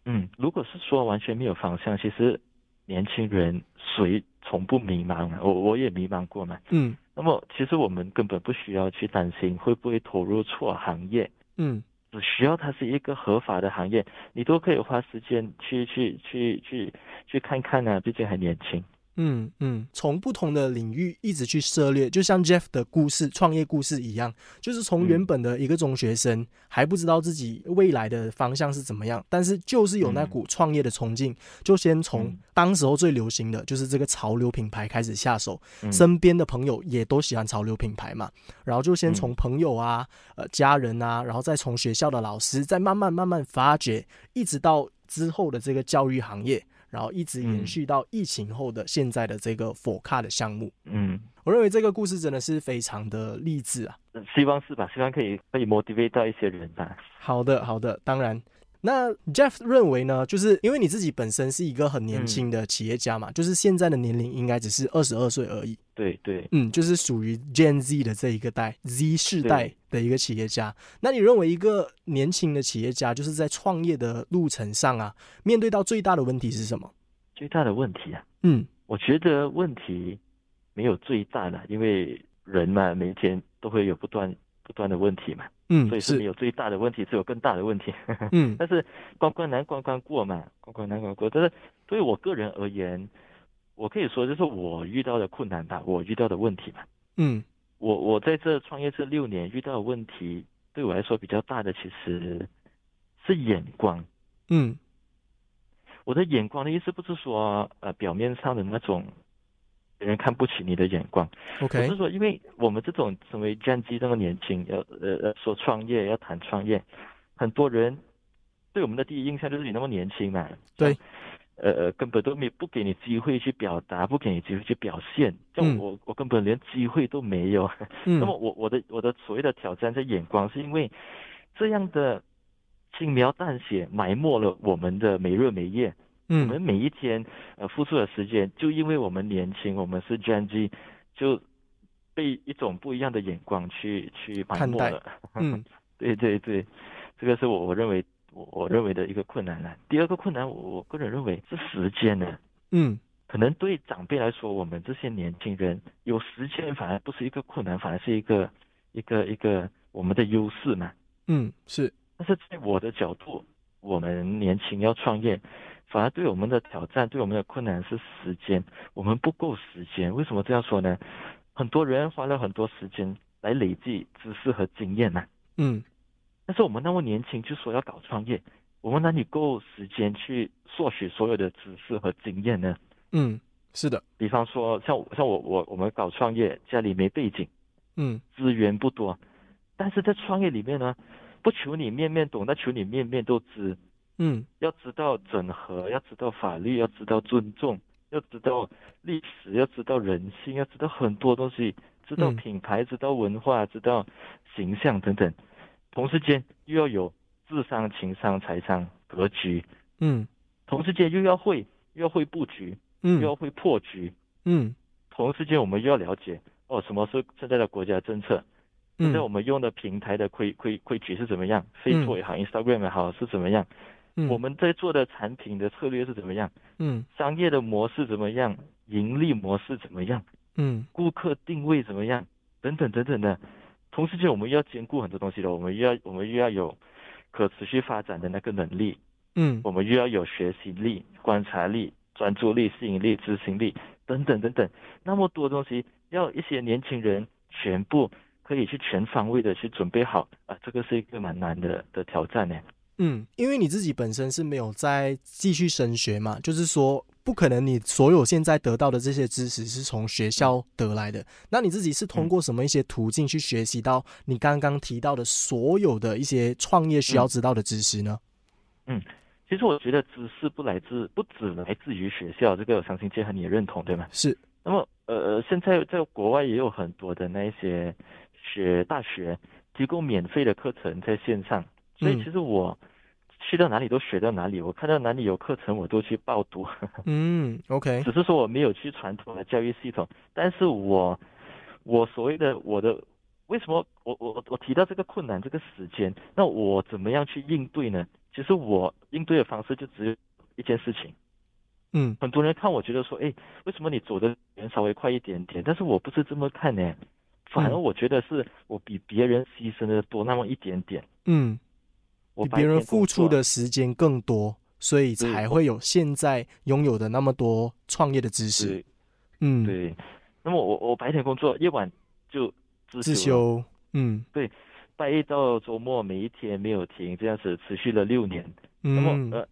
[SPEAKER 2] 嗯，如果是说完全没有方向，其实年轻人谁从不迷茫啊？我我也迷茫过嘛。
[SPEAKER 1] 嗯
[SPEAKER 2] 那么其实我们根本不需要去担心会不会投入错行业，
[SPEAKER 1] 嗯
[SPEAKER 2] 只需要它是一个合法的行业，你都可以花时间去去去去去看看啊，毕竟还年轻。
[SPEAKER 1] 嗯嗯，从不同的领域一直去涉猎，就像 Jeff 的故事、创业故事一样，就是从原
[SPEAKER 2] 嗯
[SPEAKER 1] 本的一个中学生，还不知道自己未来的方向是怎么样，但是就是有那
[SPEAKER 2] 嗯
[SPEAKER 1] 股创业的冲劲，就先从
[SPEAKER 2] 嗯
[SPEAKER 1] 当时候最流行的就是这个潮流品牌开始下手，
[SPEAKER 2] 嗯
[SPEAKER 1] 身边的朋友也都喜欢潮流品牌嘛，然后就先从朋友啊、呃家人啊，然后再从学校的老师，再慢慢慢慢发掘，一直到之后的这个教育行业，然后一直延
[SPEAKER 2] 嗯
[SPEAKER 1] 续到疫情后的现在的这个 for car 的项目。
[SPEAKER 2] 嗯，
[SPEAKER 1] 我认为这个故事真的是非常的励志啊！
[SPEAKER 2] 希望是吧？希望可以可以 motivate 到一些人啊吧。
[SPEAKER 1] 好的，好的，当然。那 Jeff 认为呢，就是因为你自己本身是一个很年轻的企业家嘛，就是现在的年龄应该只是二十二岁而已，
[SPEAKER 2] 对对，
[SPEAKER 1] 嗯，就是属于 Gen Z 的这一个代 Z 世代的
[SPEAKER 2] 对
[SPEAKER 1] 一个企业家。那你认为一个年轻的企业家，就是在创业的路程上啊，面对到最大的问题是什么？
[SPEAKER 2] 最大的问题啊，
[SPEAKER 1] 嗯
[SPEAKER 2] 我觉得问题没有最大的，因为人嘛，每天都会有不断不断的问题嘛，所
[SPEAKER 1] 嗯
[SPEAKER 2] 以是没
[SPEAKER 1] 是
[SPEAKER 2] 有最大的问题，只有更大的问题。
[SPEAKER 1] 嗯
[SPEAKER 2] 但是关关难关关过嘛，关关难关过。但是对我个人而言，我可以说就是我遇到的困难吧，我遇到的问题吧。
[SPEAKER 1] 嗯
[SPEAKER 2] 我我在这创业这六年遇到的问题，对我来说比较大的其实是眼光。
[SPEAKER 1] 嗯
[SPEAKER 2] 我的眼光的意思不是说呃表面上的那种别人看不起你的眼光，我
[SPEAKER 1] ，OK，
[SPEAKER 2] 是说因为我们这种成为战机这么年轻，要呃呃说创业要谈创业，很多人对我们的第一印象就是你那么年轻嘛，
[SPEAKER 1] 对，
[SPEAKER 2] 呃呃根本都没不给你机会去表达，不给你机会去表现，像
[SPEAKER 1] 嗯
[SPEAKER 2] 我、我根本连机会都没有。 那么
[SPEAKER 1] 嗯
[SPEAKER 2] 我我的我的所谓的挑战在眼光，是因为这样的轻描淡写埋没了我们的每日每夜，我们
[SPEAKER 1] 嗯
[SPEAKER 2] 每一天呃付出的时间，就因为我们年轻，我们是 Gen Z，就被一种不一样的眼光去去埋
[SPEAKER 1] 看
[SPEAKER 2] 没
[SPEAKER 1] 待
[SPEAKER 2] 了。
[SPEAKER 1] 嗯
[SPEAKER 2] 对对对，这个是我我认为我我认为的一个困难了。第二个困难，我我个人认为是时间呢。
[SPEAKER 1] 嗯
[SPEAKER 2] 可能对长辈来说，我们这些年轻人有时间反而不是一个困难，反而是一个一个一个我们的优势嘛。
[SPEAKER 1] 嗯，是
[SPEAKER 2] 但是在我的角度，我们年轻要创业，反而对我们的挑战、对我们的困难是时间，我们不够时间。为什么这样说呢？很多人花了很多时间来累积知识和经验嘛，
[SPEAKER 1] 嗯
[SPEAKER 2] 但是我们那么年轻就说要搞创业，我们哪里够时间去索取所有的知识和经验呢？
[SPEAKER 1] 嗯是的，
[SPEAKER 2] 比方说，像我像我我我们搞创业，家里没背景，
[SPEAKER 1] 嗯
[SPEAKER 2] 资源不多，但是在创业里面呢，不求你面面懂，但求你面面都知。
[SPEAKER 1] 嗯
[SPEAKER 2] 要知道整合，要知道法律，要知道尊重，要知道历史，要知道人性，要知道很多东西，知道
[SPEAKER 1] 嗯
[SPEAKER 2] 品牌，知道文化，知道形象等等。同时间又要有智商、情商、财商、格局，
[SPEAKER 1] 嗯
[SPEAKER 2] 同时间又要会，又要会布局，又
[SPEAKER 1] 嗯
[SPEAKER 2] 要会破局。
[SPEAKER 1] 嗯
[SPEAKER 2] 同时间我们又要了解哦，什么是现在的国家政策，现在我
[SPEAKER 1] 嗯
[SPEAKER 2] 们用的平台的规规规矩是怎么样，Facebook 也好，Instagram 也好是怎么样，
[SPEAKER 1] 嗯，
[SPEAKER 2] 我们在做的产品的策略是怎么样，
[SPEAKER 1] 嗯
[SPEAKER 2] 商业的模式怎么样，盈利模式怎么样，
[SPEAKER 1] 嗯
[SPEAKER 2] 顾客定位怎么样，等等等等的。同时间我们又要兼顾很多东西的，我们又要我们又要有可持续发展的那个能力，
[SPEAKER 1] 嗯
[SPEAKER 2] 我们又要有学习力、观察力、专注力、吸引力、执行力等等等等，那么多东西，要一些年轻人全部可以去全方位的去准备好啊，这个是一个蛮难的的挑战呢。
[SPEAKER 1] 嗯，因为你自己本身是没有在继续升学嘛，就是说。不可能，你所有现在得到的这些知识是从学校得来的。那你自己是通过什么一些途径去学习到你刚刚提到的所有的一些创业需要知道的知识呢？
[SPEAKER 2] 其实我觉得知识不来自不只来自于学校，这个我相信建恒你也认同对吗？
[SPEAKER 1] 是，
[SPEAKER 2] 那么呃呃，现在在国外也有很多的那一些学大学提供免费的课程在线上，所以
[SPEAKER 1] 嗯
[SPEAKER 2] 其实我去到哪里都学到哪里，我看到哪里有课程我都去报读。
[SPEAKER 1] 嗯，OK，
[SPEAKER 2] 只是说我没有去传统的教育系统，但是我我所谓的我的为什么我我我我提到这个困难这个时间，那我怎么样去应对呢？其实我应对的方式就只有一件事情。
[SPEAKER 1] 嗯
[SPEAKER 2] 很多人看我觉得说，哎，为什么你走的人稍微快一点点？但是我不是这么看呢，反而
[SPEAKER 1] 嗯
[SPEAKER 2] 我觉得是我比别人牺牲的多那么一点点。
[SPEAKER 1] 嗯，
[SPEAKER 2] 我
[SPEAKER 1] 比
[SPEAKER 2] 白
[SPEAKER 1] 别人
[SPEAKER 2] 天工
[SPEAKER 1] 付出
[SPEAKER 2] 作
[SPEAKER 1] 的时间更多，所以
[SPEAKER 2] 对
[SPEAKER 1] 才会有现在拥有的那么多创业的知识。
[SPEAKER 2] 对
[SPEAKER 1] 嗯，
[SPEAKER 2] 对，那么我我白天工作，夜晚就自
[SPEAKER 1] 自
[SPEAKER 2] 了
[SPEAKER 1] 修，嗯
[SPEAKER 2] 拜一到周末每一天没有停，这样子持续了六年。那么、
[SPEAKER 1] 嗯
[SPEAKER 2] 呃，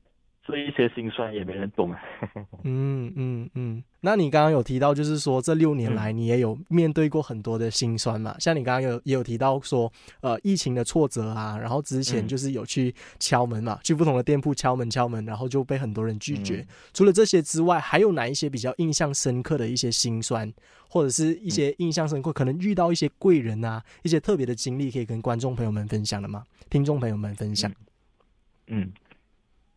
[SPEAKER 2] 这一些辛酸也没人懂啊。
[SPEAKER 1] 嗯嗯嗯。那你刚刚有提到，就是说这六年来你也有面对过很多的辛酸嘛？像你刚刚有也有提到说，呃，疫情的挫折啊，然后之前
[SPEAKER 2] 嗯
[SPEAKER 1] 就是有去敲门嘛，去不同的店铺敲门敲门，然后就被很多人拒
[SPEAKER 2] 嗯
[SPEAKER 1] 绝。除了这些之外，还有哪一些比较印象深刻的一些辛酸，或者是一些印象深刻，可能遇到一些贵人啊，一些特别的经历，可以跟观众朋友们分享的吗？听众朋友们分享。
[SPEAKER 2] 嗯，嗯，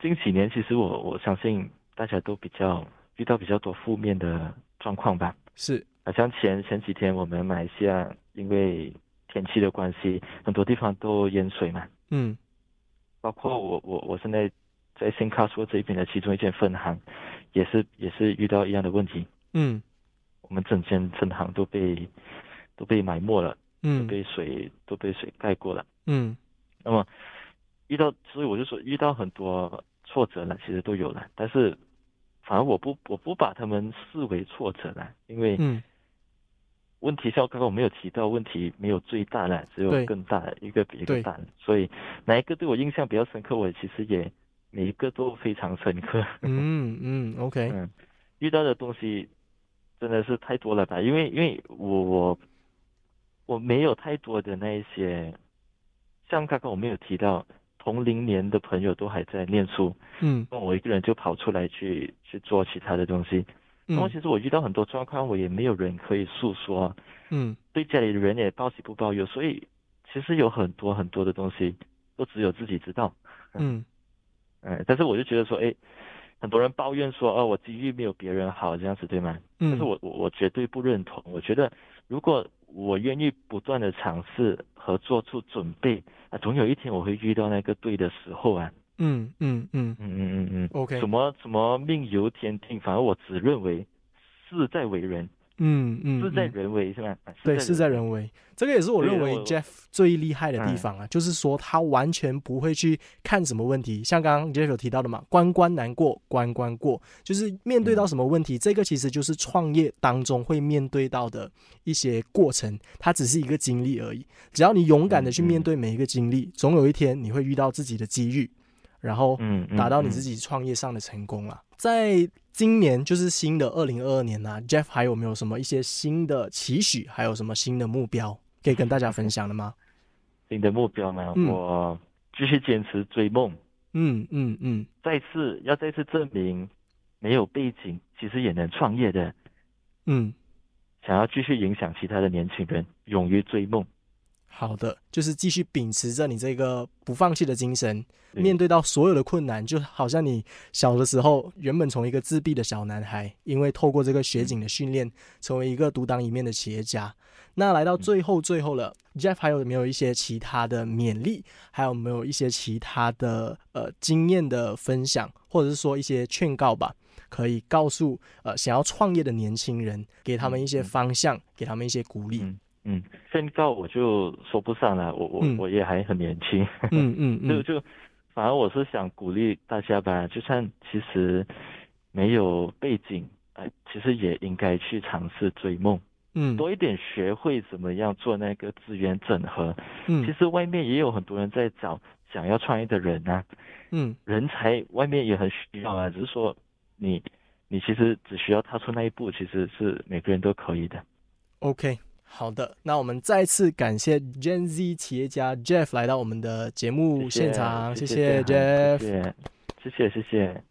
[SPEAKER 2] 近几年其实我我相信大家都比较遇到比较多负面的状况吧。
[SPEAKER 1] 是，
[SPEAKER 2] 好像前前几天我们马来西亚因为天气的关系，很多地方都淹水嘛，
[SPEAKER 1] 嗯
[SPEAKER 2] 包括我我我现在在新卡索这边的其中一间分行，也是也是遇到一样的问题，
[SPEAKER 1] 嗯
[SPEAKER 2] 我们整间分行都被都被埋没了。
[SPEAKER 1] 嗯
[SPEAKER 2] 被水都被水盖过了。
[SPEAKER 1] 嗯
[SPEAKER 2] 那么遇到，所以我就说遇到很多挫折了，其实都有了，但是反而我不我不把他们视为挫折了，因为
[SPEAKER 1] 嗯
[SPEAKER 2] 问题像刚刚我没有提到，问题没有最大了，只有
[SPEAKER 1] 对
[SPEAKER 2] 更大的一个比一
[SPEAKER 1] 对
[SPEAKER 2] 个大，所以哪一个对我印象比较深刻，我其实也每一个都非常深刻。
[SPEAKER 1] 嗯嗯，OK，
[SPEAKER 2] 嗯，遇到的东西真的是太多了吧？因为因为我我我没有太多的那一些，像刚刚我们有提到，同龄年的朋友都还在念书，
[SPEAKER 1] 嗯
[SPEAKER 2] 那我一个人就跑出来去去做其他的东西。那么
[SPEAKER 1] 嗯
[SPEAKER 2] 其实我遇到很多状况，我也没有人可以诉说，
[SPEAKER 1] 嗯
[SPEAKER 2] 对家里人也报喜不报忧，所以其实有很多很多的东西都只有自己知道。
[SPEAKER 1] 嗯
[SPEAKER 2] 嗯，但是我就觉得说，哎，很多人抱怨说，哦，我机遇没有别人好这样子，对吗？但是
[SPEAKER 1] 嗯，
[SPEAKER 2] 我我我绝对不认同。我觉得如果我愿意不断的尝试和做出准备啊，总有一天我会遇到那个对的时候啊。
[SPEAKER 1] 嗯嗯嗯
[SPEAKER 2] 嗯嗯嗯嗯。
[SPEAKER 1] ，OK，
[SPEAKER 2] 什么什么命由天定，反而我只认为事在为人，
[SPEAKER 1] 嗯嗯，
[SPEAKER 2] 事在
[SPEAKER 1] 嗯
[SPEAKER 2] 人为是吧？啊
[SPEAKER 1] 对，事在人为，这个也是我
[SPEAKER 2] 对
[SPEAKER 1] 认为
[SPEAKER 2] 我
[SPEAKER 1] Jeff 最厉害的地
[SPEAKER 2] 嗯
[SPEAKER 1] 方啊，就是说他完全不会去看什么问题，像刚刚 Jeff 有提到的嘛，关关难过关关过，就是面对
[SPEAKER 2] 嗯
[SPEAKER 1] 到什么问题，这个其实就是创业当中会面对到的一些过程，它只是一个经历而已。只要你勇敢的去
[SPEAKER 2] 嗯嗯
[SPEAKER 1] 面对每一个经历，总有一天你会遇到自己的机遇，然后
[SPEAKER 2] 嗯，嗯
[SPEAKER 1] 达到你自
[SPEAKER 2] 己。
[SPEAKER 1] 己创业上的成功了。在今年就是新的二零二二年呐、j e f f 还有没有什么一些新的期许，还有什么新的目标可以跟大家分享的吗？
[SPEAKER 2] 你的目标嘛，
[SPEAKER 1] 嗯
[SPEAKER 2] 我继续坚持追梦，
[SPEAKER 1] 嗯嗯嗯
[SPEAKER 2] 再次要再次证明，没有背景其实也能创业的。
[SPEAKER 1] 嗯，
[SPEAKER 2] 想要继续影响其他的年轻人，勇于追梦。
[SPEAKER 1] 好的，就是继续秉持着你这个不放弃的精神，
[SPEAKER 2] 对
[SPEAKER 1] 面对到所有的困难，就好像你小的时候原本从一个自闭的小男孩，因为透过这个雪景的训练，成为一个独当一面的企业家。那来到最后最后了、j e f f 还有没有一些其他的勉励，还有没有一些其他的呃经验的分享，或者是说一些劝告吧？可以告诉呃想要创业的年轻人，给他们一些
[SPEAKER 2] 嗯嗯
[SPEAKER 1] 方向，给他们一些鼓励。
[SPEAKER 2] 嗯，宣告我就说不上了，我我、
[SPEAKER 1] 嗯
[SPEAKER 2] 我也还很年轻，
[SPEAKER 1] 嗯嗯
[SPEAKER 2] 就
[SPEAKER 1] 嗯
[SPEAKER 2] 就反而我是想鼓励大家吧，就算其实没有背景，呃，其实也应该去尝试追梦，
[SPEAKER 1] 嗯，
[SPEAKER 2] 多一点学会怎么样做那个资源整合。
[SPEAKER 1] 嗯
[SPEAKER 2] 其实外面也有很多人在找想要创业的人啊，
[SPEAKER 1] 嗯
[SPEAKER 2] 人才外面也很需要啊，只是说你你其实只需要踏出那一步，其实是每个人都可以的。
[SPEAKER 1] ，OK，好的，那我们再次感谢 Gen Z 企业家 Jeff 来到我们的节目现场，
[SPEAKER 2] 谢
[SPEAKER 1] 谢
[SPEAKER 2] 谢
[SPEAKER 1] Jeff。
[SPEAKER 2] 谢谢，谢谢，谢谢。